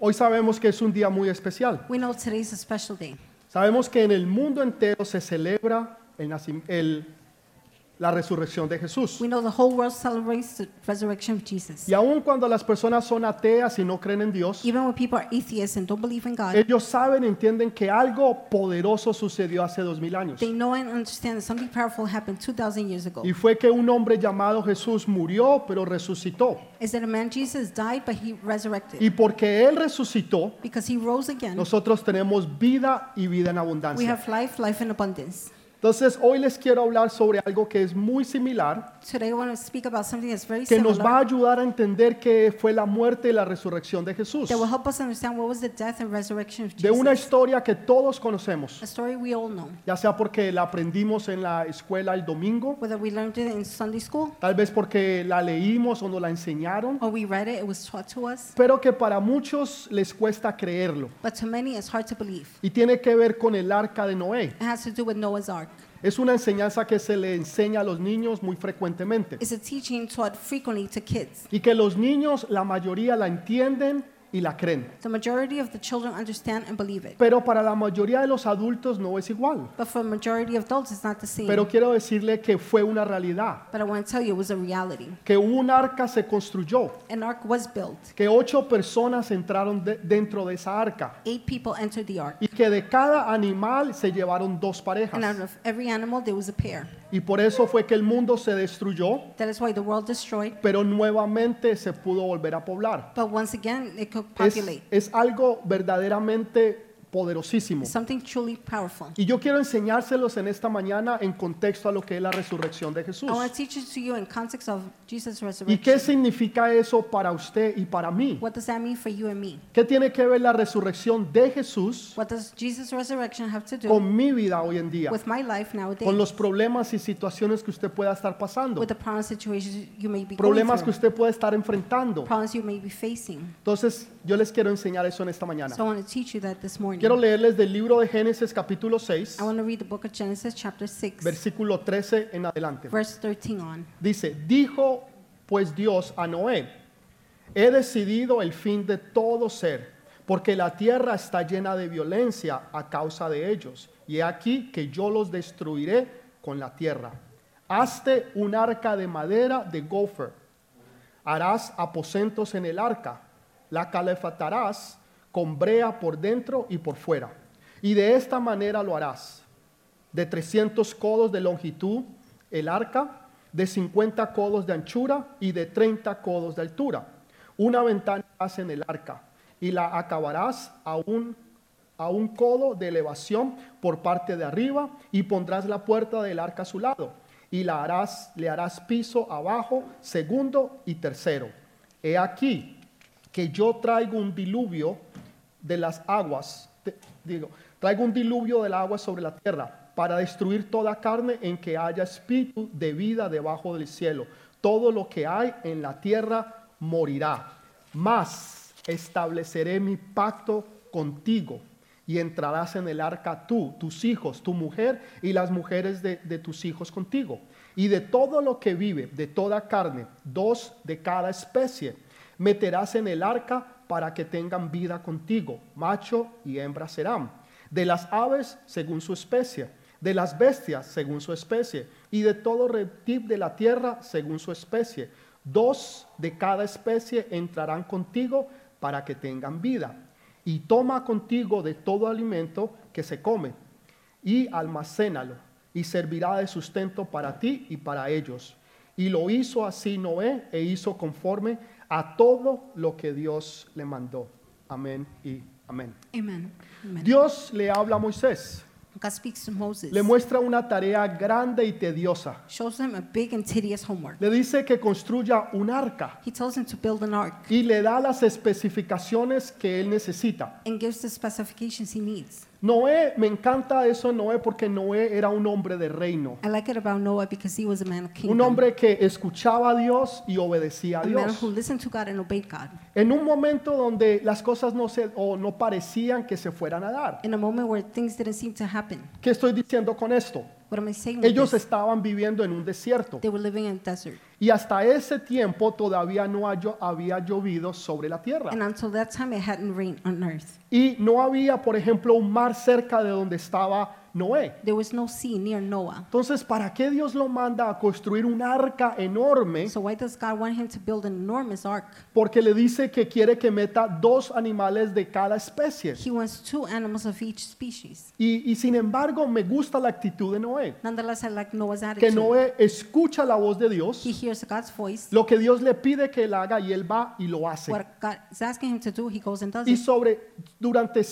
Hoy sabemos que es un día muy especial. We know today is a special day. Sabemos que en el mundo entero se celebra el nacim- el- la resurrección de Jesús. We know the whole world celebrates the resurrection of Jesus. Y aun cuando las personas son ateas y no creen en Dios, Even when people are atheists and don't believe in God, ellos saben, entienden que algo poderoso sucedió hace dos mil años. they know and understand that something powerful happened 2,000 years ago. Y fue que un hombre llamado Jesús murió, pero resucitó. Is that a man, Jesus, died, but he resurrected. Y porque Él resucitó, Because he rose again, nosotros tenemos vida y vida en we abundancia. have life, life in abundance. Entonces, hoy les quiero hablar sobre algo que es muy similar, Today, I want to speak about something that's very que nos va a similar ayudar a entender que fue la muerte y la resurrección de Jesús. that will help us understand what was the death and resurrection of De una Jesus. historia que todos conocemos, A story we all know, ya sea porque la aprendimos en la escuela el domingo, whether we learned it in Sunday school tal vez porque la leímos o nos la enseñaron, or we read it, it was taught to us. pero que para muchos les cuesta creerlo. But to many, it's hard to believe. Y tiene que ver con el arca de Noé. It has to do with Noah's Ark. Es una enseñanza que se le enseña a los niños muy frecuentemente It's a teaching taught frequently to kids. y que los niños, la mayoría, la entienden y la creen. The majority of the children understand and believe it. Pero para la mayoría de los adultos no es igual. But for a majority of adults, it's not the same. Pero quiero decirle que fue una realidad, but I want to tell you, it was a reality. que un arca se construyó, An ark was built. que ocho personas entraron de- dentro de esa arca Eight people entered the ark. y que de cada animal se llevaron dos And out parejas. of every animal, there was a pair. Y por eso fue que el mundo se destruyó, That is why the world destroyed. pero nuevamente se pudo volver a poblar. But once again, it could Es, populate. es algo verdaderamente poderosísimo. Something truly powerful. Y yo quiero enseñárselos en esta mañana en contexto a lo que es la resurrección de Jesús. I want to teach it to you in context of Jesus' ¿Y qué resurrection. significa eso para usted y para mí? What does that mean for you and me? ¿Qué tiene que ver la resurrección de Jesús What does Jesus' resurrection have to do con mi vida hoy en día? with my life Con nowadays? los problemas y situaciones que usted pueda estar pasando. With the problem situations you may be going Problemas que through. usted pueda estar enfrentando. Problems you may be facing. Entonces, yo les quiero enseñar eso en esta mañana. So I want to teach you that this morning. Quiero leerles del libro de Génesis capítulo 6, I want to read the book of Genesis, chapter 6, versículo 13 en adelante. verse 13 on. Dice, dijo pues Dios a Noé, he decidido el fin de todo ser, porque la tierra está llena de violencia a causa de ellos, y he aquí que yo los destruiré con la tierra. Hazte un arca de madera de gopher, harás aposentos en el arca, la calefatarás con brea por dentro y por fuera, y de esta manera lo harás de 300 codos de longitud el arca, de 50 codos de anchura y de 30 codos de altura. Una ventana haz en el arca y la acabarás a un, a un codo de elevación por parte de arriba y pondrás la puerta del arca a su lado y la harás, le harás piso abajo, segundo y tercero. He aquí que yo traigo un diluvio de las aguas, te- digo, traigo un diluvio del agua sobre la tierra para destruir toda carne en que haya espíritu de vida debajo del cielo. Todo lo que hay en la tierra morirá. Mas estableceré mi pacto contigo y entrarás en el arca tú, tus hijos, tu mujer y las mujeres de, de tus hijos contigo. Y de todo lo que vive, de toda carne, dos de cada especie, meterás en el arca para que tengan vida contigo, macho y hembra serán, de las aves según su especie, de las bestias según su especie, y de todo reptil de la tierra según su especie. Dos de cada especie entrarán contigo para que tengan vida, y toma contigo de todo alimento que se come, y almacénalo, y servirá de sustento para ti y para ellos. Y lo hizo así Noé, e hizo conforme a todo lo que Dios le mandó. Amén y amén. Amen. Amen. Dios le habla a Moisés, God speaks to Moses, le muestra una tarea grande y tediosa. shows him a big and tedious homework. Le dice que construya un arca He tells him to build an ark y le da las especificaciones que él necesita. and gives the specifications he needs. Noé, me encanta eso de Noé porque Noé era un hombre de reino, I like it about Noah because he was a man of un kingdom, hombre que escuchaba a Dios y obedecía a a man Dios. who listened to God and obeyed God. En un momento donde las cosas no se o no parecían que se fueran a dar. In a moment where things didn't seem to happen. ¿Qué estoy diciendo con esto? What What am I saying? with Ellos this? estaban viviendo en un desierto They were living in a desert. y hasta ese tiempo todavía no hallo- había llovido sobre la tierra. And until that time, it hadn't rained on earth. Y no había, por ejemplo, un mar cerca de donde estaba Noé. There was no sea near Noah. Entonces, ¿para qué Dios lo manda a construir un arca enorme? So why does God want him to build an enormous ark? Porque le dice que quiere que meta dos animales de cada especie. He wants two animals of each species. Y, y sin embargo, me gusta la actitud de Noé. Nonetheless, I like Noah's Que attitude. Noé escucha la voz de Dios, He hears God's voice. lo que Dios le pide que él haga y él va y lo hace. What God is asking him to do, he goes and does Y it. sobre, durante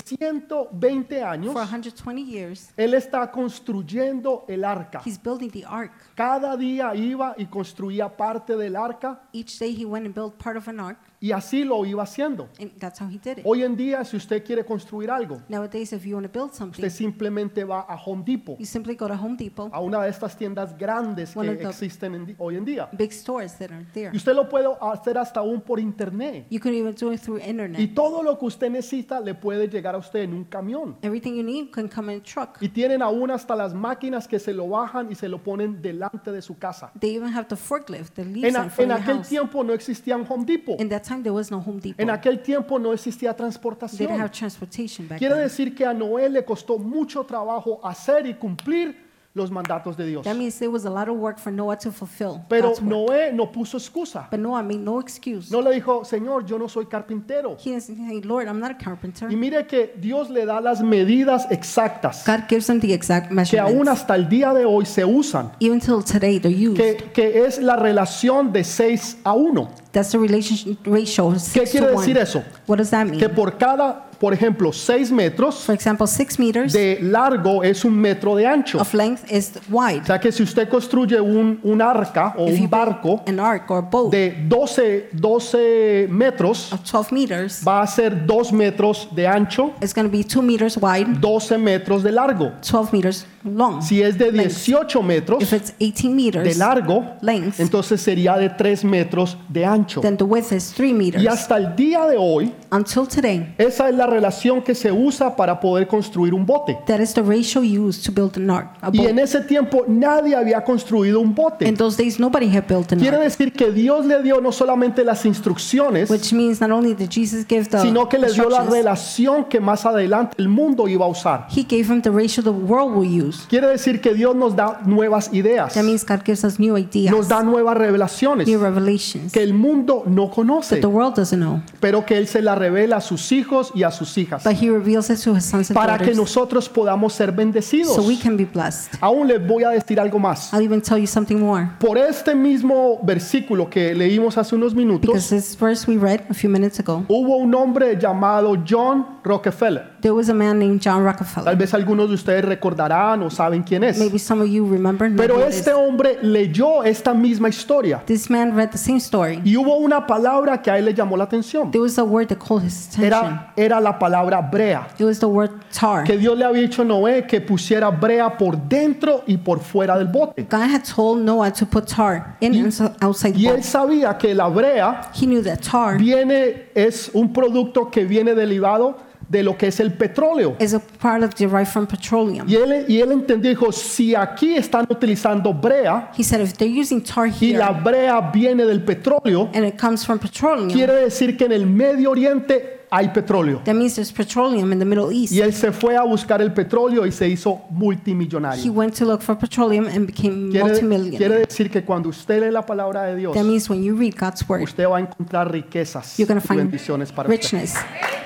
120 años, For 120 years, él está construyendo el arca. he's building the ark. Cada día iba y construía parte del arca Each day he went and built part of an ark, Y así lo iba haciendo. and that's how he did it. Hoy en día, si usted quiere construir algo, Nowadays, if you want to build usted Ah. something, simplemente va a Home Depot, you simply go to Home Depot, a una de estas tiendas grandes que One of the- existen en di- hoy en día. big stores that are there. Y usted lo puede hacer hasta aún por internet. You could even do it through Y internet. todo lo que usted necesita le puede llegar a usted en un camión. Everything you need can come in a truck. Y tienen aún hasta las máquinas que se lo bajan y se lo ponen delante de su casa. They even have the forklift that leaves En, in a- front en of your aquel house. tiempo no existía un Home Depot. In that time, there was no Home Depot. En They aquel tiempo no existía didn't transportación. have transportation back Quiere then. decir que a Noé le costó mucho trabajo hacer y cumplir los mandatos de Dios. That means there was a lot of work for Noah to fulfill. Pero God's work. Noé no puso excusa. But Noah made no excuse. No le dijo, Señor, yo no soy carpintero. He doesn't say, Lord, I'm not a carpenter. Y mire que Dios le da las medidas exactas God gives them the exact que aún measurements. hasta el día de hoy se usan, Even till today, they're used. que, que es la relación de 6 a 1. That's the relationship ratio. of ¿Qué Six to quiere decir one. eso? What does that mean? Que por cada, por ejemplo, 6 metros For example, six meters de largo es un metro de ancho. of length is O wide. sea que si usted construye un, un arca o un If you build barco, An ark or a boat de 12, 12 metros of 12 meters va a ser 2 metros de ancho, is going to be two meters wide, 12 metros de largo. 12 meters long. Si es de Length. 18 metros If it's 18 de meters, largo, length. entonces sería de 3 metros de ancho. then the width is three Y meters. hasta el día de hoy, Until today, esa es la relación que se usa para poder construir un bote. that is the ratio used to build an ark. A Y boat. en ese tiempo nadie había construido un bote. In those days, nobody had built an Quiere ark, decir que Dios le dio no solamente las instrucciones, which means not only did Jesus give the sino que le dio la instructions, relación que más adelante el mundo iba a usar. he gave him the ratio the world will use. Quiere decir que Dios nos da nuevas ideas, That means God gives us new ideas, nos da nuevas revelaciones new revelations que el mundo no conoce, the world doesn't know, pero que Él se las revela a sus hijos y a sus hijas but he reveals it to his sons and para que daughters nosotros podamos ser bendecidos. so we can be blessed. Aún les voy a decir algo más. I'll even tell you something more Por este mismo versículo que leímos hace unos because minutos, this verse we read a few minutes ago, hubo un hombre llamado John Rockefeller. there was a man named John Tal Rockefeller. vez algunos de ustedes recordarán o saben quién es. Maybe some of you remember. know Pero who it is. este hombre leyó esta misma historia This man read the same story. y hubo una palabra que a él le llamó la atención. There was a word that called his attention. Era, era la palabra brea, It was the word tar. que Dios le había dicho a Noé que pusiera brea por dentro y por fuera del bote. God had told Noah to put tar in and so- outside Y él boat. sabía que la brea He knew that tar viene, es un producto que viene derivado de lo que es el petróleo. is a product derived from petroleum. Y él, y él entendió, dijo, si aquí están utilizando brea He said if they're using tar y here la brea viene del petróleo, and it comes from petroleum, quiere decir que en el Medio Oriente hay petróleo. that means there's petroleum in the Middle East. Y él se fue a buscar el petróleo y se hizo He multimillonario. went to look for petroleum and Quiere, became quiere multimillionaire. decir que cuando usted lee la palabra de Dios, That means when you read God's word, usted va a encontrar riquezas y you're going to find bendiciones para usted. richness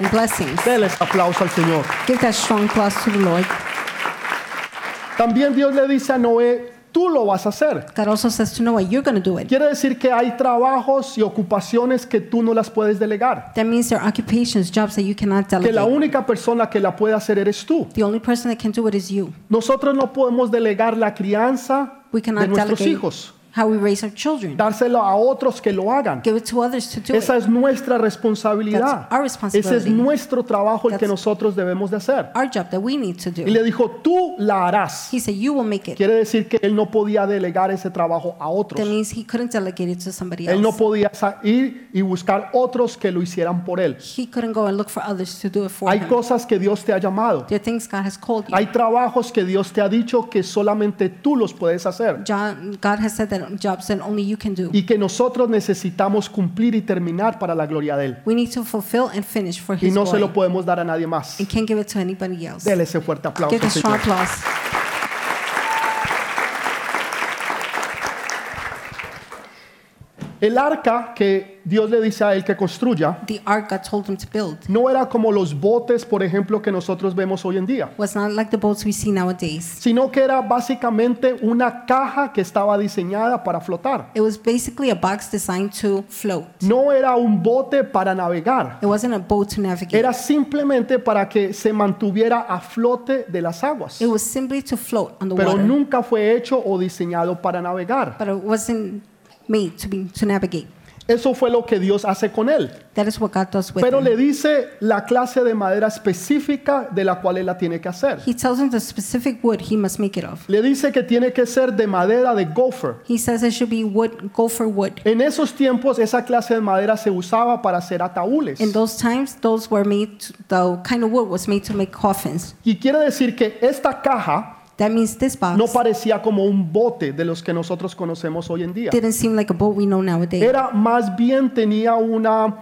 and blessings. Dele ese aplauso al Señor. Give that strong applause to the Lord. También Dios le dice a Noé, tú lo vas a hacer. God also says to Noah, you're going to do it. Quiere decir que hay trabajos y ocupaciones que tú no las puedes delegar. That means there are occupations, jobs that you cannot Que la delegate. única persona que la puede hacer eres tú. The only person that can do it is you. Nosotros no podemos delegar la crianza We de cannot nuestros delegate hijos. how we raise our children. dárselo a otros que lo hagan. Give it to others to do it. Esa es nuestra responsabilidad. That's our Ese es responsibility. nuestro trabajo el que That's- nosotros debemos de hacer. Our job that we need to Y do. le dijo, tú la harás. He said, You will make it. Quiere decir que él no podía delegar ese trabajo a That otros. means he couldn't delegate it to somebody Él no else. podía sa- ir y buscar otros que lo hicieran por él. He couldn't go and look for others to do it for Hay him. cosas que Dios te ha llamado. There are things God has called you. Hay trabajos que Dios te ha dicho que solamente tú los puedes hacer John, God has said that jobs that only you can do. y que nosotros necesitamos cumplir y terminar para la gloria de Él. We need to fulfill and finish for Y His no se glory. lo podemos dar a nadie más. And can't give it to anybody else. Dele ese fuerte aplauso. Give a strong Señor. applause. El arca que Dios le dice a él que construya The ark God told him to build no era como los botes, por ejemplo, que nosotros vemos hoy en día, was not like the boats we see nowadays. sino que era básicamente una caja que estaba diseñada para flotar. It was basically a box designed to float. No era un bote para navegar, It wasn't a boat to navigate. era simplemente para que se mantuviera a flote de las aguas, It was simply to float on the pero water. nunca fue hecho o diseñado para navegar. But it wasn't made to be to navigate. Eso fue lo que Dios hace con él. That is what God does with Pero him. le dice la clase de madera específica de la cual él la tiene que hacer. He tells him the specific wood he must make it of. Le dice que tiene que ser de madera de gopher. He says it should be wood, gopher wood. En esos tiempos esa clase de madera se usaba para hacer ataúdes. In those times, those were made, to, the kind of wood was made to make coffins. Y quiere decir que esta caja That means this box no parecía como un bote de los que nosotros conocemos hoy en día. didn't seem like a boat we know nowadays. Era más bien tenía una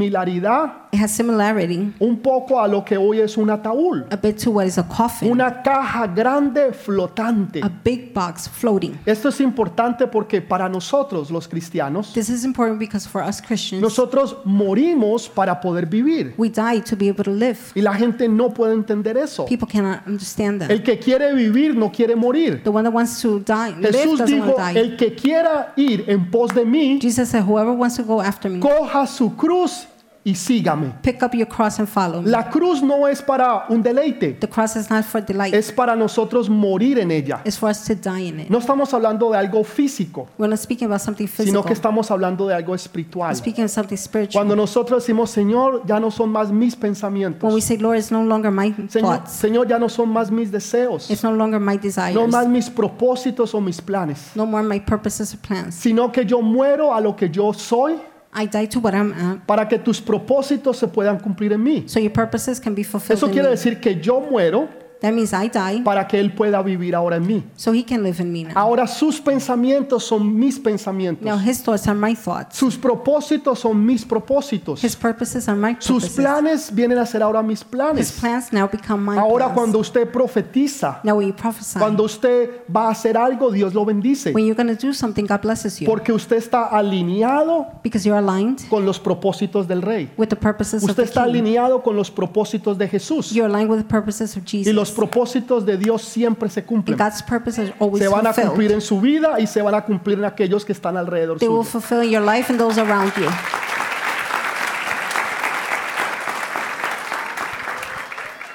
similaridad it has similarity un poco a lo que hoy es un ataúd, a bit to what is a coffin, una caja grande flotante. a big box floating. Esto es importante porque para nosotros los cristianos This is important because for us Christians, Nosotros morimos para poder vivir. we die to be able to live. Y la gente no puede entender eso. People cannot understand that. El que quiere vivir no quiere morir. the one that wants to die, live Jesús doesn't dijo, want to die. el que quiera ir en pos de mí, Jesus said, whoever wants to go after me, coja su cruz y sígame. pick up your cross and follow me. La cruz no es para un deleite, the cross is not for delight. es para nosotros morir en ella. it's for us to die in it. No estamos hablando de algo físico, We're not speaking about something sino physical. que estamos hablando de algo We're espiritual. speaking of something spiritual. Cuando nosotros decimos, Señor, ya no son más mis when we pensamientos. say, Lord, it's no longer my Señor, thoughts. Señor, ya no son más mis deseos. It's no longer my desires. no más mis propósitos o mis planes, no more my purposes or plans. sino que yo muero a lo que yo soy I die to what I'm at, para que tus propósitos se puedan cumplir en mí. so your purposes can be fulfilled. Eso in quiere me. decir que yo muero That means I die, para que Él pueda vivir ahora en mí. so he can live in me now. Ahora sus pensamientos son mis Now pensamientos, his thoughts are my thoughts. sus propósitos son mis propósitos, His purposes are my sus purposes. planes vienen a ser ahora mis His planes. plans now become my Ahora plans. cuando usted profetiza, now when you prophesy, cuando usted va a hacer algo, Dios lo bendice, when you're going to do something, God blesses you. porque usted está alineado because you're aligned con los propósitos del Rey. with the purposes of Usted the está king. alineado con los propósitos de Jesús You're aligned with the purposes of y Jesus. los propósitos de Dios siempre se and cumplen. God's purposes are always Se van a fulfilled. cumplir en su vida y se van a cumplir en aquellos que están alrededor They will suyo. fulfill in your life and those around you.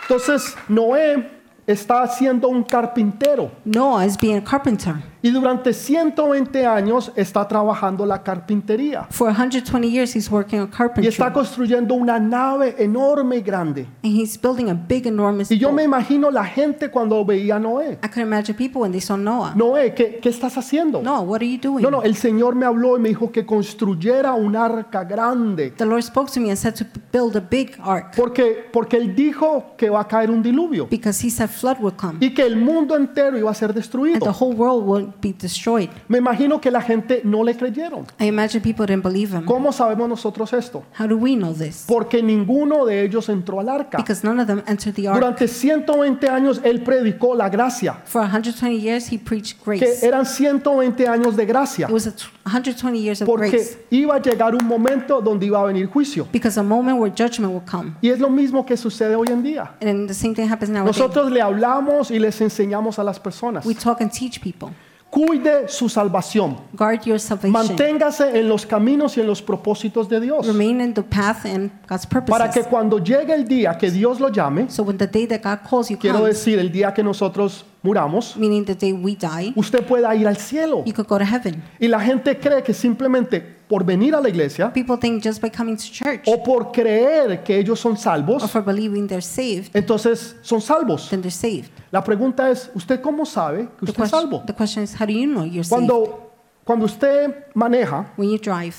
Entonces, Noé está siendo un carpintero Noah is being a carpenter. y durante 120 años está trabajando la carpintería For 120 years, he's working on y carpentry. está construyendo una nave enorme y grande. and he's building a big, enormous Y yo me boat. imagino la gente cuando veía a Noé. I could imagine people when they saw Noah. Noé, ¿qué, qué estás haciendo? Noah, what are you doing? No, no, el Señor me habló y me dijo que construyera un arca grande The Lord spoke to me and said to build a big ark Porque, porque él dijo que va a caer un diluvio because he said flood would come y que el mundo entero iba a ser and the destruido. whole world would be destroyed. Me imagino que la gente no le creyeron. I imagine people didn't believe him. ¿Cómo sabemos nosotros esto? How do we know this? Porque ninguno de ellos entró al arca. Because none of them entered the ark. Durante 120 años él predicó la gracia, For 120 years, he preached que grace. It eran 120 años de gracia, was a t- 120 years of grace porque iba a llegar un momento donde iba a venir juicio. because a moment where judgment will come. Y es lo mismo que sucede hoy en día. And the same thing happens nowadays. Nosotros le hablamos y les enseñamos a las personas. We talk and teach people. Cuide su salvación. Guard your salvation. Manténgase en los caminos y en los propósitos de Dios. Remain in the path and God's purposes. Para que cuando llegue el día que Dios lo llame, so when the day that God calls you quiero comes, decir el día que nosotros muramos, meaning the day we die, usted pueda ir al cielo. you could go to heaven. Y la gente cree que simplemente por venir a la iglesia People think just by coming to church o por creer que ellos son or salvos, for believing they're saved, entonces son salvos. then they're saved. La pregunta es, ¿usted cómo sabe que The usted es salvo? question, the question is, how do you know you're saved? Cuando, cuando usted maneja, When you drive,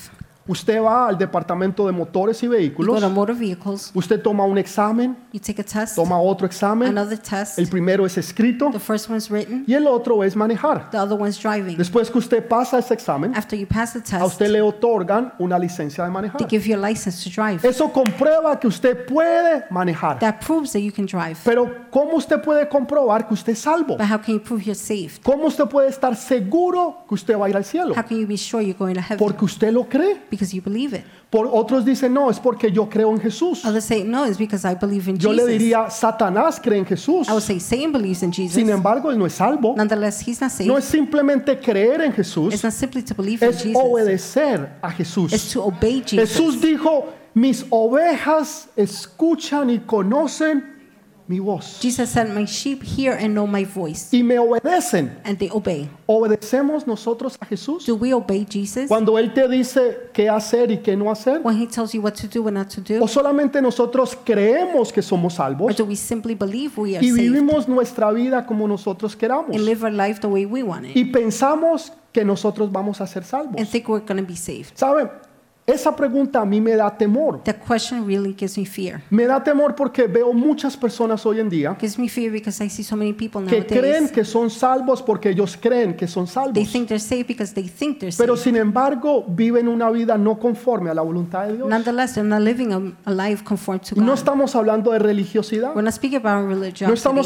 usted va al departamento de motores y you go vehículos, to motor vehicles, usted toma un examen, you take a test, toma otro examen, another test. el primero es escrito The first one's written, y el otro es manejar. the other one's driving. Después que usted pasa ese examen, After you pass the a test, usted they le otorgan una licencia de manejar. give you a license to drive. Eso comprueba que usted puede manejar. That proves that you can drive. Pero ¿cómo usted puede comprobar que usted es salvo? But how can you prove you're saved? ¿Cómo usted puede estar seguro que usted va a ir al cielo? How can you be sure you're going to heaven? Porque usted lo cree. Because you believe it. Por otros dicen, no, es porque yo creo en Jesús. Others say, no, it's because I believe in Yo le Jesus. diría, Satanás cree en Jesús. I would say, Satan believes in Jesus. Sin embargo, él no es salvo. Nonetheless, he's not saved. No es simplemente creer en Jesús, It's not simply to believe in es Jesus. obedecer a It's Jesús. to obey Jesus. Jesús dijo, mis ovejas escuchan y conocen mi voz Jesus said, my sheep hear and know my voice, y me obedecen. and they obey. ¿Obedecemos nosotros a Jesús? Do we obey Jesus? Cuando Él te dice qué hacer y qué no hacer, When he tells you what to do and not to do? o solamente nosotros creemos que somos Or salvos do we simply believe we are y saved vivimos nuestra vida como nosotros queramos and live our life the way we want it? y pensamos que nosotros vamos a ser and salvos. think we're going to be saved. ¿Saben? Esa pregunta a mí me da temor. That question really gives me fear. Me da temor porque veo muchas personas hoy en día Gives me fear because I see so many people que creen nowadays. que son salvos porque ellos creen que son They salvos, think they're saved because they think they're pero saved. sin embargo viven una vida no conforme a la voluntad de Dios. Nonetheless, they're not living a, a life conform to No God. estamos hablando de religiosidad, We're not speaking about no estamos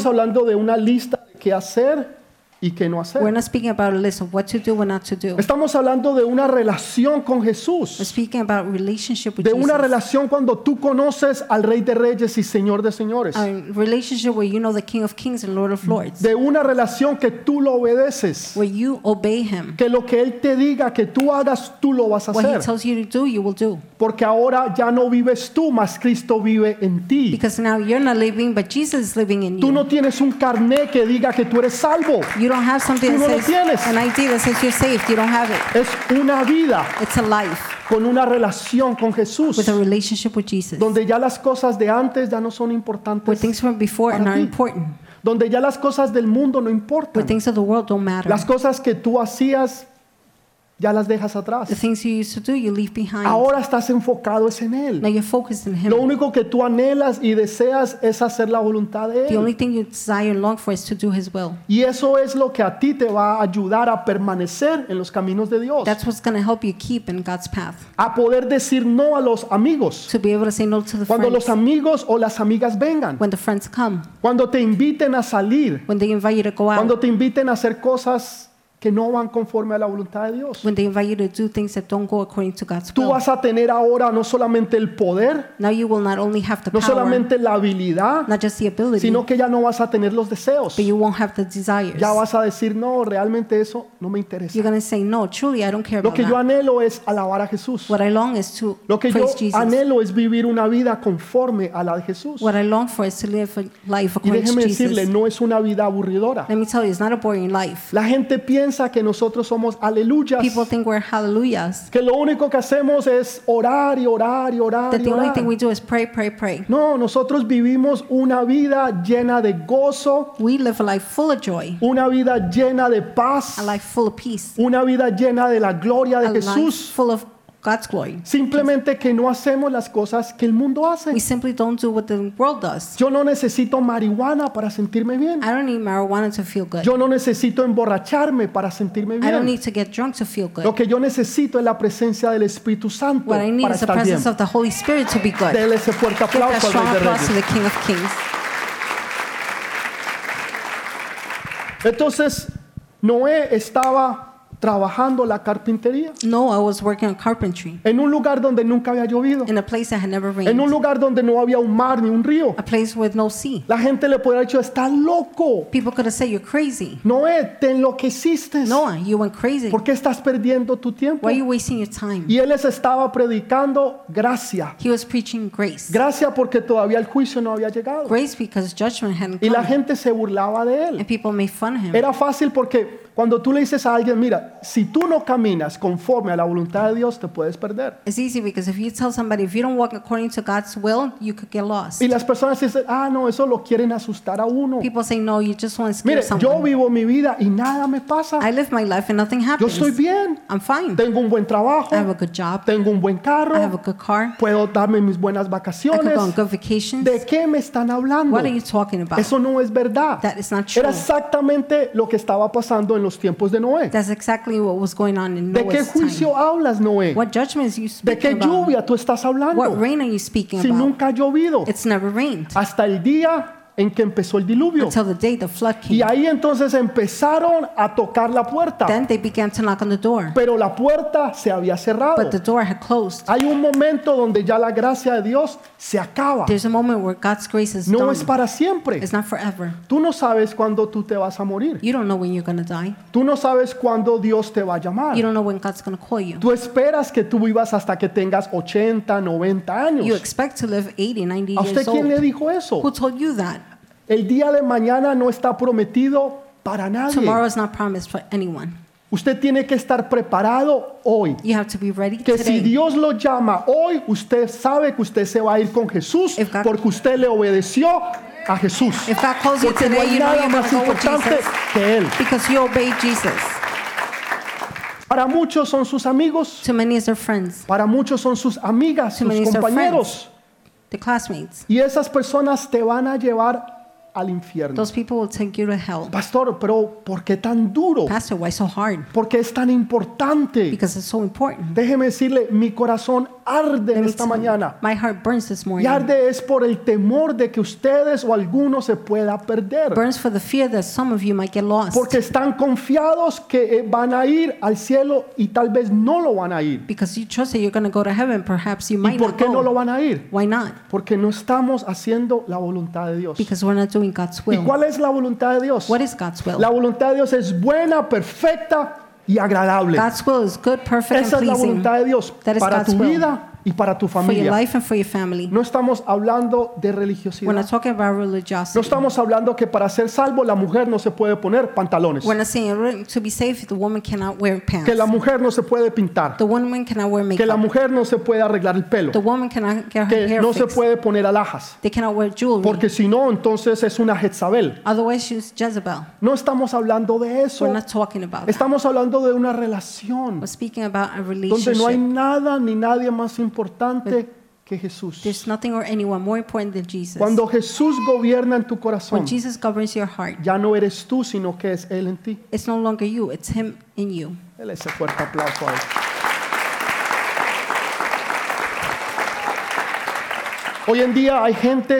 religiosity. hablando de una lista de qué hacer y qué no We're hacer. not speaking about a list of what to do and not to do. Estamos hablando de una relación con We're Jesús, speaking about relationship with de una Jesus. relación cuando tú conoces al Rey de Reyes y Señor de Señores, A relationship where you know the King of Kings and Lord of Lords. de una relación que tú lo obedeces, Where you obey Him. que lo que Él te diga que tú hagas, tú lo vas a What He hacer. tells you to do, you will do. Porque ahora ya no vives tú, mas Cristo vive en ti. Because now you're not living, but Jesus is living in Tú you. no tienes un carné que diga que tú eres salvo. You don't have something Tú no lo that tienes. says an idea that says you're saved. You don't have it. Es una vida It's a life con una relación con Jesús, with a relationship with Jesus, donde ya las cosas de antes ya no son where importantes, things from before and para are ti. important, donde ya las cosas del mundo no where importan. things of the world don't matter. Las cosas que tú hacías ya las dejas The atrás. things you used to do, you leave behind. Ahora estás enfocado es en Now él. you're focused in Him. Lo único que tú anhelas y deseas es hacer la voluntad de The only él. thing you desire and long for is to do His will. Y eso es lo que a ti te va a ayudar a permanecer en los caminos de Dios. That's what's going to help you keep in God's path. a poder decir no a los amigos. To be able to say no to the Cuando friends los amigos o las amigas vengan, when the friends come, cuando te inviten a salir, when they invite you to go out, cuando te inviten a hacer cosas que no van conforme a la voluntad de Dios. when they invite you to do things that don't go according to God's Tú will. vas a tener ahora no solamente el poder, Now you will not only have the no power, solamente la habilidad, not just the ability, sino but que ya no vas a tener los deseos. you won't have the desires. Ya vas a decir, no, realmente eso no me You're interesa. going to say, no, truly, I don't care Lo about que yo that. anhelo es alabar a Jesús. What I long is to Lo que yo praise Jesus. anhelo es vivir una vida conforme a la de Jesús. What I long for is to live a life Y according déjeme to decirle, Jesus. no es una vida aburridora. Let me tell you, it's not a boring life. La gente piensa que nosotros somos aleluyas, People think we're hallelujahs, que lo único que hacemos es orar y orar y orar that y the only orar. thing we do is pray, pray, pray. No, nosotros vivimos una vida llena de gozo, We live a life full of joy, una vida llena de paz, a life full of peace, una vida llena de la gloria a de life Jesús. full of God's glory. Simplemente que no hacemos las cosas que el mundo hace. We simply don't do what the world does. Yo no necesito marihuana para sentirme bien. I don't need marijuana to feel good. Yo no necesito emborracharme para sentirme I bien. don't need to get drunk to feel good. Lo que yo necesito es la presencia del Espíritu Santo What I need para is the estar bien. presence of the Holy Spirit to be good. Dele ese fuerte Give that aplauso al strong Rey de applause to Reyes. the King of Kings. Entonces, Noé estaba trabajando la carpintería, No, I was working on carpentry en un lugar donde nunca había llovido, in a place that had never en un rained, lugar donde no había un mar ni un río. a place with no sea. La gente le podría haber dicho, estás loco. People could have said, You're crazy. Noé, te enloqueciste. Noah, you went crazy. ¿Por qué estás perdiendo tu tiempo? Why are you wasting your time? Y él les estaba predicando gracia. He was preaching grace. Gracia porque todavía el juicio no había llegado. Grace because judgment hadn't Y la come. gente se burlaba de él. And people made fun of him. Era fácil porque cuando tú le dices a alguien, mira, si tú no caminas conforme a la voluntad de Dios, te puedes perder. It's easy because if you tell somebody, if you don't walk according to God's will, you could get lost. Y las personas dicen, ah, no, eso lo quieren asustar a uno. People say, No, you just want to Mire, scare yo someone. vivo mi vida y nada me pasa. I live my life and nothing Yo estoy happens. bien. I'm fine. Tengo un buen trabajo. I have a good job. Tengo un buen I have a carro. good car. Puedo darme mis buenas I could go on vacaciones. good vacations. ¿De qué me están hablando? What are you talking about? Eso no es verdad. That is not true. Era exactamente lo que estaba pasando en los tiempos de Noé. That's exactly what was going on in ¿De qué Noah's time. juicio hablas, Noé? What judgments you ¿De qué speaking about? lluvia tú estás What hablando? rain are you speaking Si about? nunca Ah, ha llovido. It's never rained Hasta el día en que empezó el diluvio. until the day the flood Y came. ahí entonces empezaron a tocar la puerta. Then they began to knock on the door, Pero la puerta se había cerrado. but the door had closed. Hay un momento donde ya la gracia de Dios se acaba. There's a moment where God's grace is No es done. para siempre. It's not forever. Tú no sabes cuándo tú te vas a morir. You don't know when you're going to die. Tú no sabes cuándo Dios te va a llamar. You don't know when God's going to call you. Tú esperas que tú vivas hasta que tengas 80, 90 You años. expect to live 80, 90 ¿A usted years quién le old. dijo Who eso? told you that? El día de mañana no está prometido para nadie. Tomorrow is not promised for anyone. Usted tiene que estar preparado hoy. You have to be ready Que si today. Dios lo llama hoy, usted sabe que usted se va a ir con Jesús If God- porque usted le obedeció a Jesús. If God calls you Porque no today, hay you know nada you're going más to go with importante Jesus que Él. because you obey Jesus. Para muchos son sus amigos, Too many is their friends, para muchos son sus amigas, Too sus many is their compañeros. the classmates. Y esas personas te van a llevar al infierno. Those people will take you to hell. Pastor, pero ¿por qué tan duro? Pastor, why so hard? ¿Por qué es tan importante? Because it's so important. Déjeme decirle, mi corazón arde en Let me esta tell you, mañana. My heart burns this Y morning. arde es por el temor de que ustedes o alguno se pueda perder. Burns for the fear that some of you might get lost Porque están confiados que eh, van a ir al cielo y tal vez no lo van a ir. because you trust that you're going to go to heaven. Perhaps you ¿Y might por not qué go. no lo van a ir? Why not? Porque no estamos haciendo la voluntad de Dios. Because we're not doing God's ¿Y will. cuál es la voluntad de Dios? What is God's will? La voluntad de Dios es buena, perfecta y agradable. God's will is good, perfect, Esa and es la pleasing voluntad de Dios That is para God's tu will. vida y para tu for your familia. life and for your family. No estamos hablando de We're religiosidad. not talking about No religiosity. estamos hablando que para ser salvo la mujer no se puede poner pantalones, We're not saying "Right, to be safe, the woman cannot wear pants. que la mujer no se puede pintar, the woman cannot wear que la makeup. mujer no se puede arreglar el pelo, The woman cannot get her que hair no se fixed. puede poner alhajas, They cannot wear jewelry. porque si no, entonces es una Jezabel. Otherwise, she's Jezebel. No estamos hablando de eso. We're not talking about that. Estamos hablando de una relación We're speaking about a donde relationship. no hay nada ni nadie más importante que Jesús. There's nothing or anyone more important than Jesus. Cuando Jesús gobierna en tu corazón, when Jesus governs your heart, ya no eres tú, sino que es Él en ti. it's no longer you, it's Him in you. Dale ese fuerte aplauso a él. Hoy en día hay gente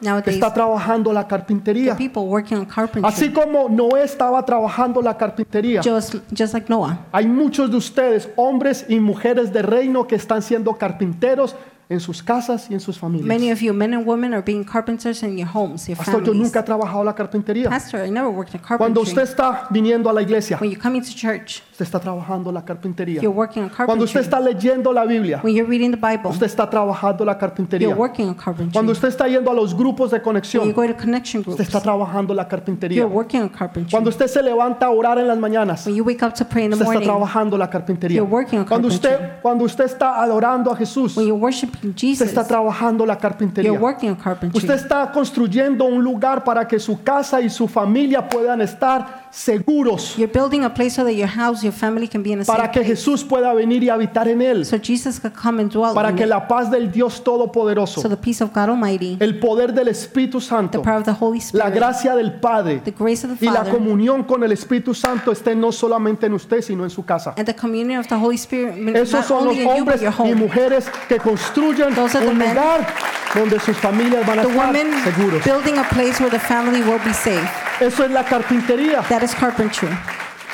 que Nowadays, está trabajando la the carpintería. people working on carpentry, Así como Noé estaba trabajando la carpintería, just, just like Noah. hay muchos de ustedes, hombres y mujeres de reino, que están siendo carpinteros en sus casas y en sus Many familias. of you, men and women, are being carpenters in your homes, your Pastor, yo families. nunca he trabajado la carpintería. Pastor, I never worked in Cuando usted carpentry. está viniendo a la iglesia, When you're coming to church, usted está trabajando la carpintería. you're working on Cuando usted carpentry. está leyendo la Biblia, When you're reading the Bible, usted está trabajando la carpintería. you're working on carpentry. Cuando usted está yendo a los grupos de When you conexión, go to connection usted groups, está trabajando la you're carpintería. working on carpentry. Cuando usted se levanta a orar en las mañanas, When you wake up to pray in the usted está morning, trabajando la carpintería. You're working on Cuando usted, carpentry. cuando usted está adorando a Jesús, when usted you're worshiping Jesus, está trabajando la you're carpintería. working on carpentry. Usted está construyendo un lugar para que su casa y su familia puedan estar seguros, You're building a place so that your house, your family can be in a safe para que Jesús pueda venir y habitar en él, so Jesus could come and dwell para in que it. la paz del Dios So Todopoderoso, the peace of God Almighty, el poder del Espíritu the Santo, power of the Holy la Spirit, gracia del Padre the grace of the y la Father, comunión con el Espíritu Santo esté no solamente en usted, sino en su casa. and the communion of the Holy Spirit, min- Esos not son los only in you, but hombres your y home. mujeres que construyen Those are the un men. lugar donde sus familias van a The estar women seguros. building a place where the family will be safe. Eso es la carpintería. That is carpentry.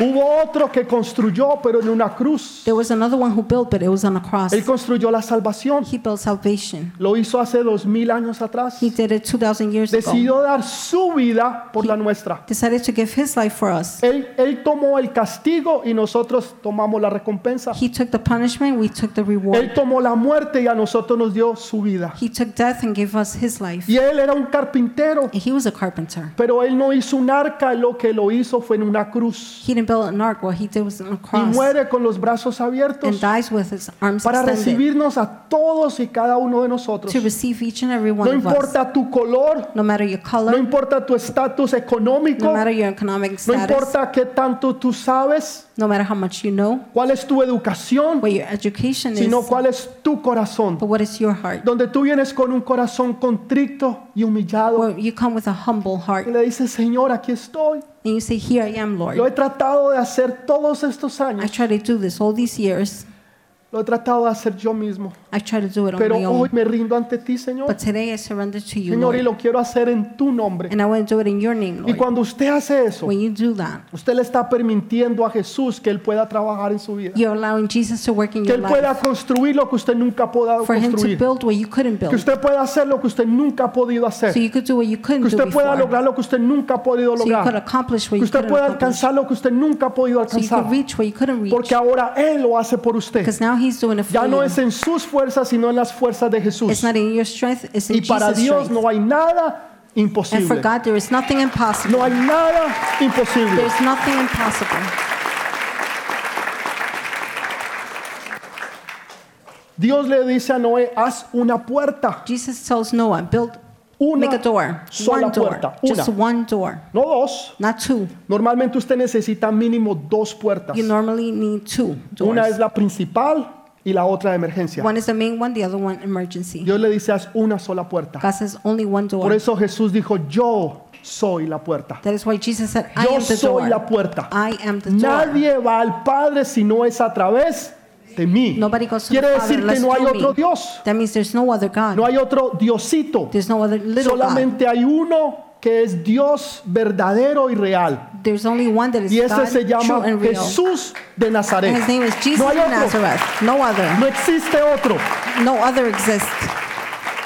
Hubo otro que construyó, pero en una cruz. There was another one who built, but it was on a cross. Él construyó la salvación. He built salvation. Lo hizo hace dos mil años atrás. He Oh. did it 2,000 years ago. Decidió dar su vida por la nuestra. Decided to give his life for us. Él, él tomó el castigo y nosotros tomamos la recompensa. He took the punishment, we took the Él reward. tomó la muerte y a nosotros nos dio su vida. He took death and gave us his life. Y él era un carpintero, He was a carpenter. pero él no hizo un arca, lo que lo hizo fue en una cruz. He didn't build an ark. What he did was on a Y cross muere con los brazos and abiertos dies with his arms para extended recibirnos a todos y cada uno de nosotros. to receive each and every one No of us. importa tu color, No matter your no color, importa tu estatus no económico, matter your economic no status, importa qué tanto tú sabes, no matter how much you know, cuál es tu educación, what your education is, sino cuál es tu corazón. but what is your heart. Donde tú vienes con un corazón contrito y humillado Well, you come with a humble heart y and le dices, Señor, aquí estoy. you say, Here I am, Lo Lord. he tratado de hacer todos estos I años. try to do this all these years. Lo he tratado de hacer yo mismo. I try to do it on Pero my hoy own. me rindo ante ti, Señor. But today I surrender to you, Señor, y Pues, Lord. lo quiero hacer en tu nombre. And I want to do it in your name, Y Lord. cuando usted hace eso, When you do that, usted le está permitiendo a Jesús que Él pueda trabajar en su vida. you're allowing Jesus to work in Que your Él life pueda construir lo que usted nunca ha podido for Him to construir. build what you couldn't Que build. usted pueda hacer lo que usted nunca ha podido hacer. So Que you could do what you couldn't do usted pueda before. lograr lo que usted nunca ha podido So you could lograr. accomplish what Que you usted couldn't pueda accomplish. alcanzar lo que usted nunca ha podido So you alcanzar. could reach what you couldn't reach. Porque ahora Él lo hace por usted. Because now He's doing it for Ya no es you. en sus fuerzas, sino en las fuerzas de Jesús. It's not in your strength, it's Y in para Jesus' Dios strength. no hay nada And for imposible. God, there is nothing impossible. No hay nada imposible. There's nothing impossible. Dios le dice a Noé, haz una puerta, Jesus tells Noah, build, Una make a door, sola one door, puerta, una. just one door, no dos. not two. Normalmente usted necesita mínimo dos puertas. You normally need two Una es doors. la principal y la otra de emergencia. One is the main one, the other one emergency. Dios le dice, haz una sola puerta. God says only one Por door. eso Jesús dijo, yo soy la puerta. That is why Jesus said, I Yo am the soy la door. puerta. I am the door. Nadie va al Padre si no es a través de mí. Nobody goes to the Quiere Father decir que unless no hay through me. otro Dios, That means there's no other God. no hay otro Diosito. There's no other little God. Solamente hay uno que es Dios verdadero y real. There's only one that is Y ese se God, true llama and real. Jesús de And Nazaret. his name is Jesus No of hay otro. Nazareth. No other. No existe otro. No other exists.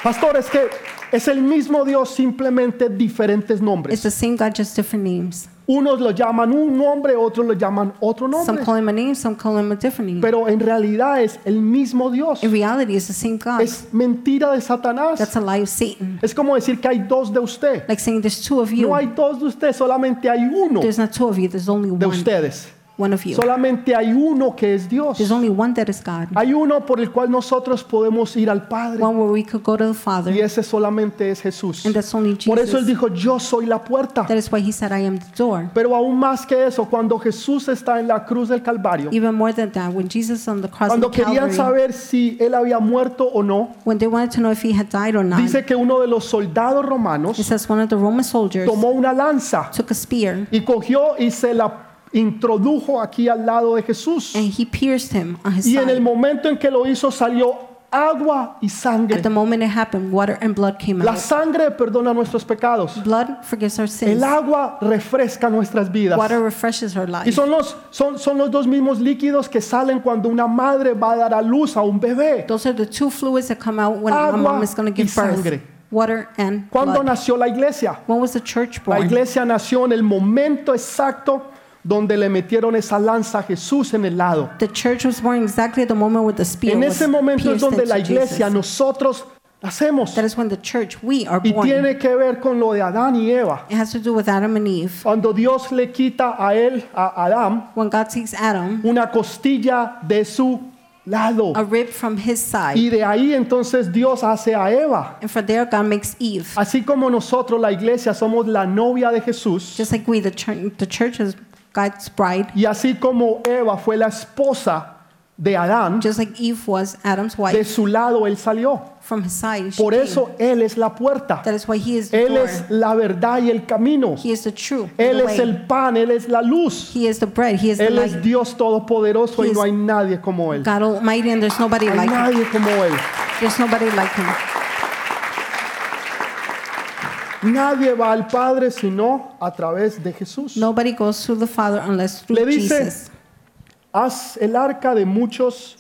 Pastor, es que es el mismo Dios, simplemente diferentes It's nombres. the same God, just different names. Unos lo llaman un nombre, otros lo llaman otro Some nombre. call him a name, some call him a different name. Pero en realidad es el mismo Dios. In reality, it's the same God. Es mentira de Satanás. That's a lie of Satan. Es como decir que hay dos de usted. Like saying there's two of No you. hay dos de usted, solamente hay uno There's not two of you, there's only de one. ustedes. One of you. Solamente hay uno que es Dios. There's only one that is God. Hay uno por el cual nosotros podemos ir al Padre One where we could go to the Father, y ese solamente es Jesús. and that's only Por eso él Jesus. dijo, yo soy la puerta. That is why he said, I am the door. Pero aún más que eso, cuando Jesús está en la cruz del Calvario, Even more than that, when Jesus on the cross cuando of querían Calvary, saber si él había muerto o no, when they wanted to know if he had died or not, dice que uno de los soldados it romanos says one of the Roman soldiers tomó una lanza took a spear y cogió y se la introdujo aquí al lado de Jesús. and he pierced him on his Y en el side. momento en que lo hizo salió agua y sangre. At the moment it happened, water and blood came La out. sangre perdona nuestros pecados. Blood forgives our El sins. agua refresca nuestras vidas. Water refreshes our Y life. son los, son, son los dos mismos líquidos que salen cuando una madre va a dar a luz a un bebé. Those are the two fluids that come out when a Agua mom is going to y give birth. sangre. Water and ¿Cuándo blood. nació la iglesia? When was the church La born? iglesia nació en el momento exacto donde le metieron esa lanza a Jesús en el lado. The church was born exactly at the moment where the spear En was ese momento es pierced donde la into iglesia, Jesus. nosotros nacemos. That is when the church, we are Y born. tiene que ver con lo de Adán y Eva. It has to do with Adam and Eve. Cuando Dios le quita a él, a Adán, When God takes Adam, una costilla de su lado. a rib from his side, Y de ahí entonces Dios hace a Eva. and from there God makes Eve. Así como nosotros, la iglesia, somos la novia de Jesús, Just like we, the church, the church is God's bride. y así como Eva fue la esposa de Adán, Just like Eve was Adam's de wife, su lado él salió. from his side. she Por came. eso Él es la puerta. that is why he is the Él door. es la verdad y el camino. He is the true. Él the es way. el pan, Él es la luz. He is the bread. He is the Él es light. Dios todopoderoso y no hay nadie como Él. God Almighty, and there's nobody No hay like him. nadie como Él. There's nobody like him. Nadie va al Padre sino a través de Jesús. Nobody goes through the Father unless through Le dice- Jesus. Haz el arca de muchos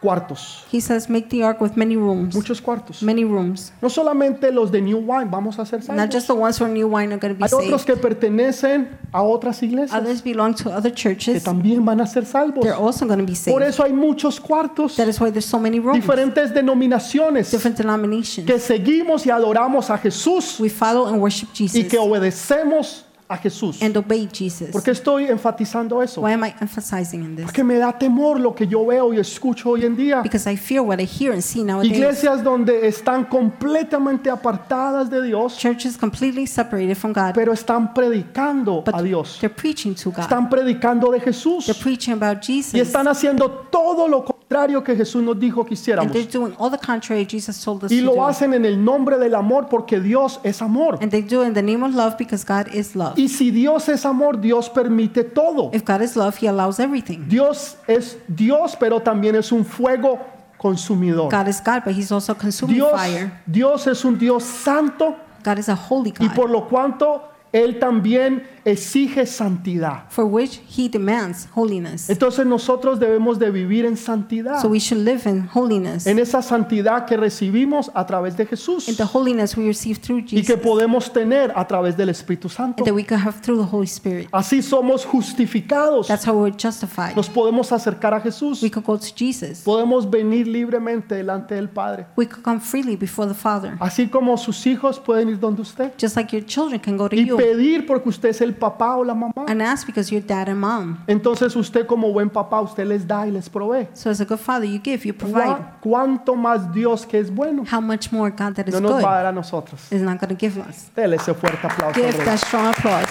cuartos. He says, Make the ark with many rooms. Muchos cuartos. Many rooms. No solamente los de New Wine vamos a ser Not salvos. just the ones who are new wine are going to be Hay otros saved. que pertenecen a otras iglesias Others belong to other que churches. también van a ser salvos. They're also going to be Por saved. eso hay muchos cuartos, That is why there's so many rooms. diferentes denominaciones Different denominations. que seguimos y adoramos a Jesús We follow and worship y Jesus que obedecemos a Jesús. and obey Jesus. ¿Por qué estoy enfatizando eso? Why am I emphasizing in this? Porque me da temor lo que yo veo y escucho hoy en día. Because I fear what I hear and see nowadays. Iglesias donde están completamente apartadas de Dios, Churches completely separated from God, pero están predicando a Dios. they're preaching to God. Están predicando de They're Jesús preaching about y Jesus, están haciendo todo lo contrario que Jesús nos dijo que and hiciéramos. they're doing all the contrary Jesus told us Y to lo do. hacen en el nombre del amor porque Dios es amor. And they do in the name of love because God is love. Y si Dios es amor, Dios permite todo. If God is love, He allows everything. Dios es Dios, pero también es un fuego consumidor. God is God, but He's also a consuming Dios, fire. Dios es un Dios santo God is a holy y God, por lo cuanto Él también exige santidad. for which He demands holiness. Entonces nosotros debemos de vivir en santidad, So we should live in holiness, en in esa santidad que recibimos a través de Jesús the holiness we receive through y Jesus, que podemos tener a través del Espíritu Santo. and that we can have through the Holy Spirit. Así somos justificados, That's how we're justified. nos podemos acercar a Jesús, We could go to Jesus. podemos venir libremente delante del Padre. We could come freely before the Father, Así como sus hijos pueden ir donde usted just like your children can go to y you pedir porque usted es el papá o la mamá. and ask because you're dad and mom. Entonces usted como buen papá, usted les da y les provee. So as a good father, you give, you provide. ¿Cuá- ¿Cuánto más Dios que es bueno How much more God that is no nos va a good dar a nosotros? is not going to give us. Dele ese fuerte aplauso. al Give Rey. that strong applause.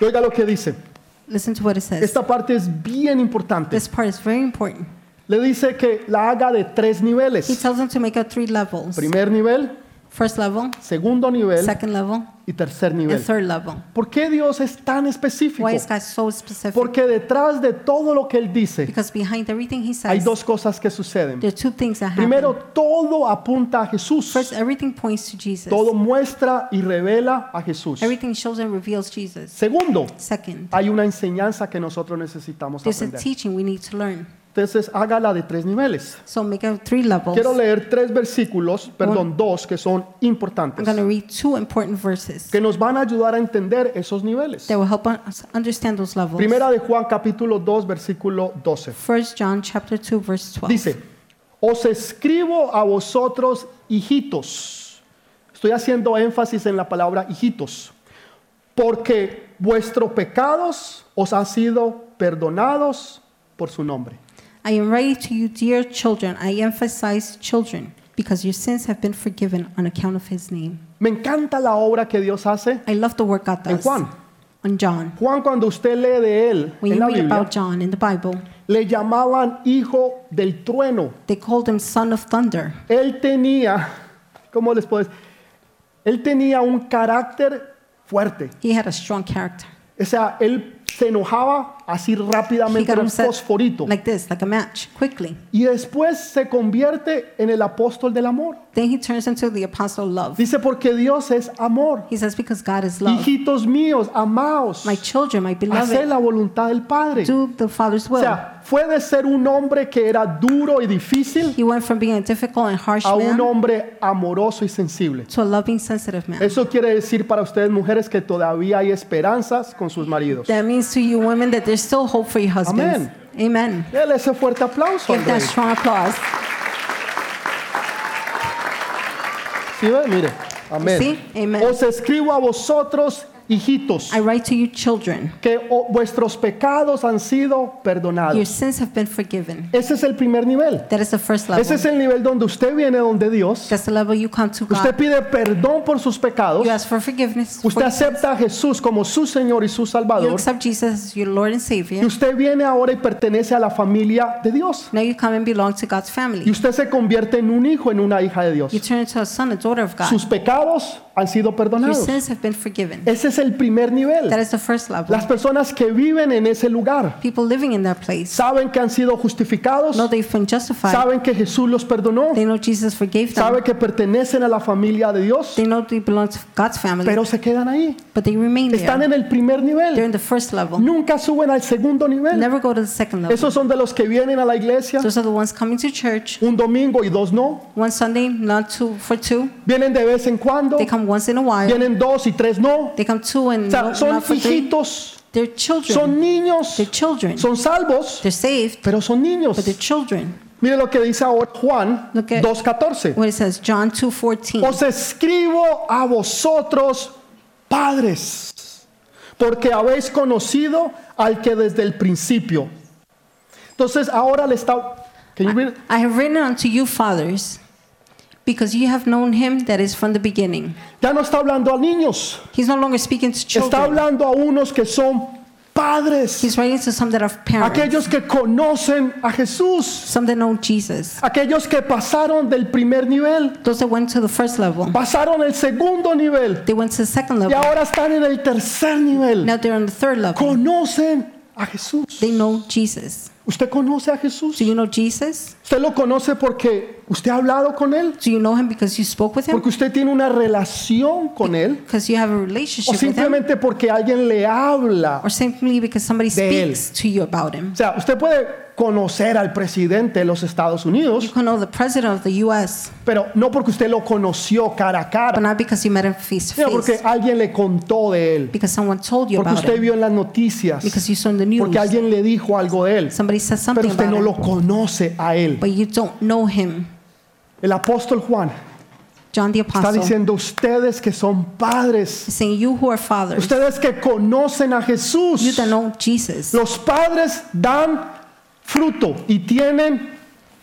Y Oiga lo que dice. Listen to what it says. Esta parte es bien importante. This part is very important. Le dice que la haga de tres He niveles. tells them to make up three levels. Primer nivel, First level, segundo nivel second level, y tercer and nivel. third level. ¿Por qué Dios es tan específico? Why is God so specific? Porque detrás de todo lo que Él dice Because behind everything he hay says, dos cosas que suceden. there are two things that Primero, happen. todo apunta a Jesús. First, everything points to Jesus. Todo muestra y revela a Jesús. Everything shows and reveals Jesus. Segundo, Second, hay una enseñanza que nosotros necesitamos there's a aprender. teaching we need to learn. Entonces, hágala de tres niveles. So make up three levels. Quiero leer tres versículos, perdón, dos que son I'm going importantes, to read two important verses que nos van a ayudar a entender esos niveles. that will help us understand those levels. Primera de Juan capítulo 2, versículo 12. 1 John chapter 2 verse 12. Dice, os escribo a vosotros, hijitos. Estoy haciendo énfasis en la palabra hijitos. Porque vuestros pecados os han sido perdonados por su nombre. I am writing to you, dear children. I emphasize children, because your sins have been forgiven on account of his name. Me encanta la obra que Dios hace. I love the work God En does. Juan. On John. Juan, cuando usted lee de él When en you la read Biblia, about John in the Bible, le llamaban hijo del trueno. they called him son of thunder. Él tenía, ¿cómo les puedo decir? Él tenía un carácter fuerte. He had a strong character. O sea, él se enojaba así He rápidamente, got era un upset fosforito. like this, like a match, quickly. Y después se convierte en el apóstol del amor. Then he turns into the apostle of love. Dice, porque Dios es amor. He says, because God is love. Hijitos míos, amaos. My children, my Haced beloved, la voluntad del Padre. do the Father's O will. sea, fue de ser un hombre que era duro y difícil He went from being a difficult and harsh a un man hombre amoroso y sensible. to a loving, sensitive man. Eso quiere decir para ustedes mujeres que todavía hay esperanzas con sus maridos. That means to you women that there's still hope for your husbands. Amen. Dele ese fuerte aplauso. al Give that rey. strong applause. ¿Sí ve? Mire. Amén. Sí, amén. Os escribo a vosotros, hijitos, I write to you, children. que o- vuestros pecados han sido Your perdonados. sins have been forgiven. Ese es el primer nivel. That is the first level. Ese es el nivel donde usted viene donde Dios. That's the level you come to Usted God. pide perdón por sus pecados. You ask for forgiveness. Usted For- acepta a Jesús como su Señor y su You Salvador. accept Jesus as your Lord and Y Savior. usted viene ahora y pertenece a la familia de Dios. Now you come and belong to God's Y family. usted se convierte en un hijo, en una hija de Dios. You turn into a son, a daughter of God. Sus pecados han sido Your perdonados. sins have been forgiven. Ese es el primer nivel. That is the first level. Las personas que viven en ese lugar People living in that place saben que han sido justificados, know they've been justified. saben que Jesús los perdonó, They know Jesus forgave them. saben que pertenecen a la familia de Dios, They know they belong to God's family, pero se quedan ahí. but they remain Están there. en el primer They're nivel. in the first level. Nunca suben al segundo nivel. Never go to the second level. Esos son de los que vienen a la iglesia Those are the ones coming to church un domingo y dos no. one Sunday, not two for two. Vienen de vez en cuando, They come once in a while. vienen dos y tres no. They come two and O no, pues, sea, son not for three. hijitos, They're children. son niños, They're children. son salvos, They're saved, pero son niños. but they're children. Mire lo que dice ahora Juan Lo que- 2.14. What it says, John two fourteen. Os escribo a vosotros, padres, porque habéis conocido al que desde el principio. Entonces ahora le está... Can you read it? I have written unto you, fathers, because you have known him that is from the beginning. Ya no está hablando a niños, He's no longer speaking to está children. hablando a unos que son padres, He's writing to some that are parents, aquellos que conocen a Jesús, some that know Jesus, aquellos que pasaron del primer nivel, those that went to the first level. pasaron el segundo nivel They went to the second y level. ahora están en el tercer nivel. Now they're on the third level. Conocen a Jesús. They know Jesus. ¿Usted conoce a Jesús? Do you know Jesus? Usted lo conoce porque usted ha hablado con él, Do you know him because you spoke with him? porque usted tiene una relación con él, Because you have a o relationship with him? simplemente porque alguien le habla. Or simply because somebody De él. speaks to you about him? O sea, usted puede conocer al presidente de los Estados You Unidos, can know the president of the U.S., pero no porque usted lo conoció cara a but cara, not because you met him face to sino porque face. alguien le contó de él, Because someone told you porque about usted him. vio en las noticias, Because you saw in the news. porque alguien le dijo algo de él, Somebody says pero something usted about Pues no him. lo conoce a él. But you don't know him. El apóstol Juan John the está Apostle diciendo ustedes que son padres, is saying, You who are fathers, Pues, ustedes que conocen a Jesús. you that know Jesus. Los padres dan fruto y tienen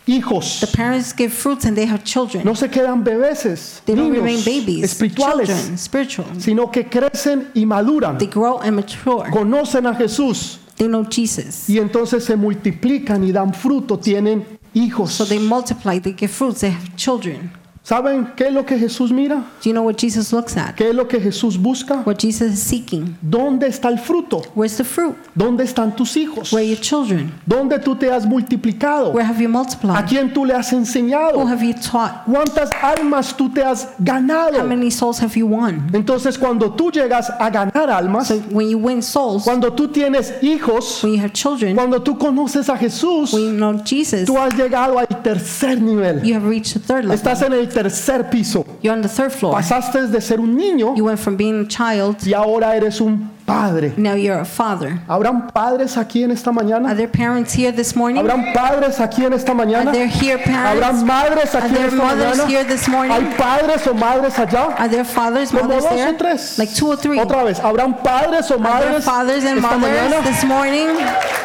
The hijos. parents give fruits and they have children. No se quedan bebeses, They don't remain niños babies, espirituales, children, spiritual. sino que crecen y maduran, They grow and mature. conocen a Jesús They know Jesus. y entonces se multiplican y dan fruto, tienen So hijos. they multiply, they give fruits, they have children. ¿Saben qué es lo que Jesús mira? Do you know what Jesus looks at? ¿Qué es lo que Jesús busca? What Jesus is seeking? ¿Dónde está el fruto? Where's the fruit? ¿Dónde están tus hijos? Where are your children? ¿Dónde tú te has multiplicado? Where have you ¿A multiplied? quién tú le has enseñado? Who have you taught? ¿Cuántas almas tú te has ganado? How many souls have you won? Entonces cuando tú llegas a ganar almas, So when you win souls, cuando tú tienes hijos, when you have children, cuando tú conoces a Jesús, when you know Jesus, tú has llegado al tercer nivel. you have reached the third level. Estás en el tercer piso. You're on the third floor. Pasaste de ser un niño You went from being a child, y ahora eres un padre. now you're a father. ¿Habrán padres aquí en esta Are mañana? there parents here this morning? ¿Habrán padres aquí en esta Are mañana? there here ¿Habrán parents? madres Are aquí en there esta mothers mañana? here this ¿Hay morning? padres o madres allá? Are there fathers, Como mothers dos there? o tres. Like two or three. Are Otra vez, ¿habrán padres o there madres fathers and esta mothers mañana? this morning?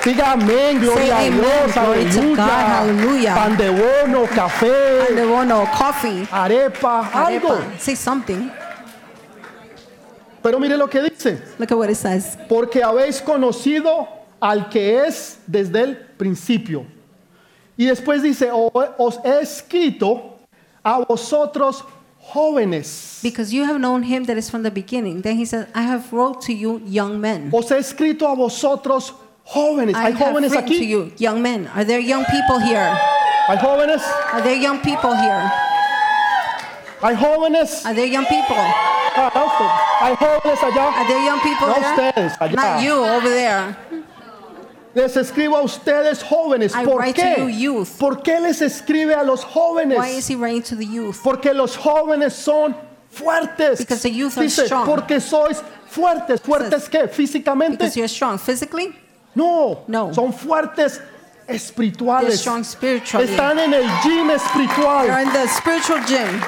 Diga amén, gloria Say a amen, Dios, glory to God, aleluya. hallelujah. Pan de bono, And café, they want no coffee. arepa, algo. Arepa. Say something. Pero mire lo que dice, Look at what it says. porque habéis conocido al que es desde el principio. Y después dice, "O- os he escrito a vosotros jóvenes. Because you have known him that is from the beginning. Then he said, I have wrote to you, young men. Os he escrito a vosotros jóvenes. I Hay have jóvenes written to aquí. you, young men. Are there young people here? Hay jóvenes. Are there young people here? Hay jóvenes. Are there young people? Are Para usted. Hay jóvenes allá. there young people No there? ustedes, allá. Not you over there. Les escribo a ustedes jóvenes. I ¿Por write to you, qué? youth. ¿Por qué les escribe a los Why is jóvenes? he writing to the youth? Porque los jóvenes son fuertes. Because the youth are Dice, strong. porque sois fuertes. ¿Fuertes qué? Because ¿Físicamente? you're strong physically, No. No. Son fuertes you're espirituales. strong spiritually. Están en el gym You're espiritual. in the spiritual gym,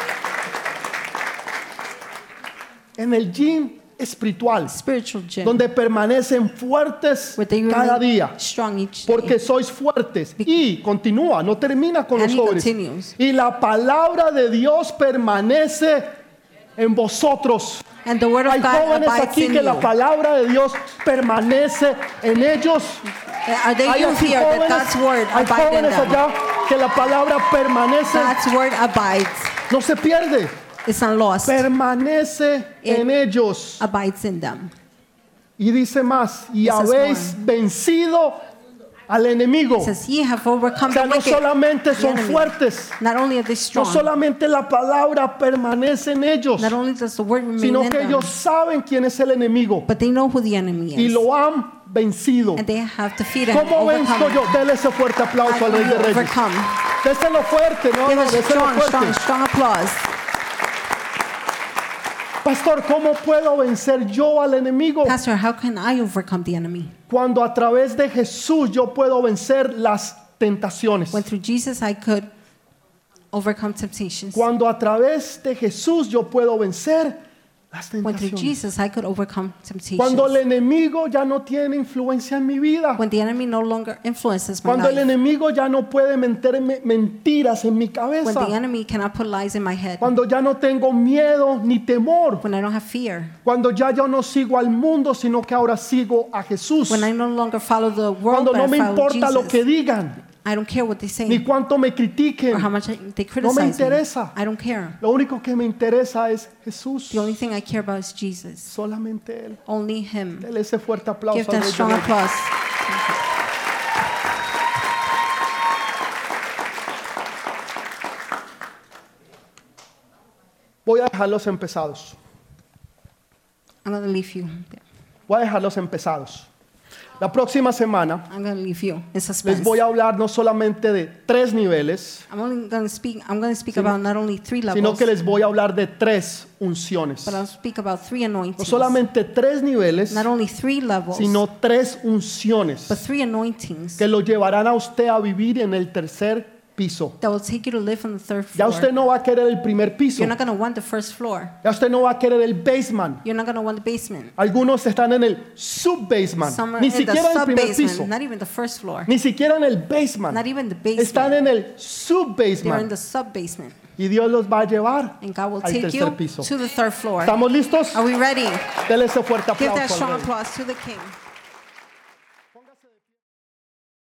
En el gym espiritual. spiritual gym, Donde permanecen fuertes where they cada remain día. strong each Porque day. sois fuertes. Y continúa, no termina con And los he jóvenes. continues. Y la palabra de Dios permanece en vosotros. And the word Hay of God jóvenes abides aquí in que la you. palabra de Dios permanece en ellos. Uh, Are there Hay youth aquí here that God's jóvenes, word hay abides in jóvenes them? allá que la palabra permanece, God's word abides. no se pierde. It's not lost. permanece en ellos. abides in them. Y dice más, y This is habéis more. vencido al enemigo. It O says, ye have overcome sea, the no wicked. solamente the son enemy." fuertes, Not only are they no strong, solamente la palabra permanece en ellos, not only does the word remain sino in que them, ellos saben quién es el enemigo but they know who the enemy y is. lo han vencido. And they have defeated him, ¿Cómo venzo Pues, overcome yo? him. Dele ese fuerte aplauso How al do Rey you de Reyes. overcome? Déselo fuerte, no, Give no, us déselo strong, strong, fuerte. strong applause. Pastor, ¿cómo puedo vencer yo al enemigo? Pastor, how can I overcome the enemy? Cuando a través de Jesús yo puedo vencer las tentaciones. When through Jesus I could overcome temptations. Cuando a través de Jesús yo puedo vencer las When Pues, through tentaciones. Jesus I could overcome temptations. Cuando el enemigo ya no tiene influencia en mi vida. when the enemy no longer influences my Cuando el life. enemigo ya no puede meterme mentiras en mi When the cabeza. enemy cannot put lies in my head. Cuando ya no tengo miedo ni temor. When I don't have fear. Cuando ya yo no sigo al mundo, sino que ahora sigo a Jesús. When I no longer follow the world, Cuando but no me I follow importa Jesus. lo que digan, I don't care what they say ni cuánto me or how critiquen. much I- they criticize interesa. me. I don't care. Lo único que me interesa es Jesús. The only thing I care about is Jesus. Solamente Él. Only Him. Dele ese fuerte aplauso. Give al them Rey de strong Reyes. applause. Voy a dejarlos empezados. I'm going to leave you. there. Voy a dejarlos empezados. La próxima semana I'm going to leave you in suspense. les voy a hablar no solamente de tres niveles, I'm only going to speak. I'm going to speak about not only three sino levels, que les voy a hablar de tres unciones. but I'll speak about three No anointings. solamente tres niveles, not only Pues three levels, sino tres unciones but three anointings que lo llevarán a usted a vivir en el tercer piso. that will take you to live on the third Ya floor. usted no va a querer el primer piso. You're not going to want the first floor. Ya usted no va a querer el basement. You're not going to want the basement. Algunos están en el sub-basement. Somewhere Ni in the siquiera en el sub primer piso. basement, not even the first floor, Ni siquiera en el basement. not even the Están basement. en el They're in sub-basement. the sub basement, Y Dios los va a llevar and God will al take tercer you piso. to the third floor. ¿Estamos listos? Are we ready? Dele ese fuerte Give aplauso. that al strong Rey. applause to the King.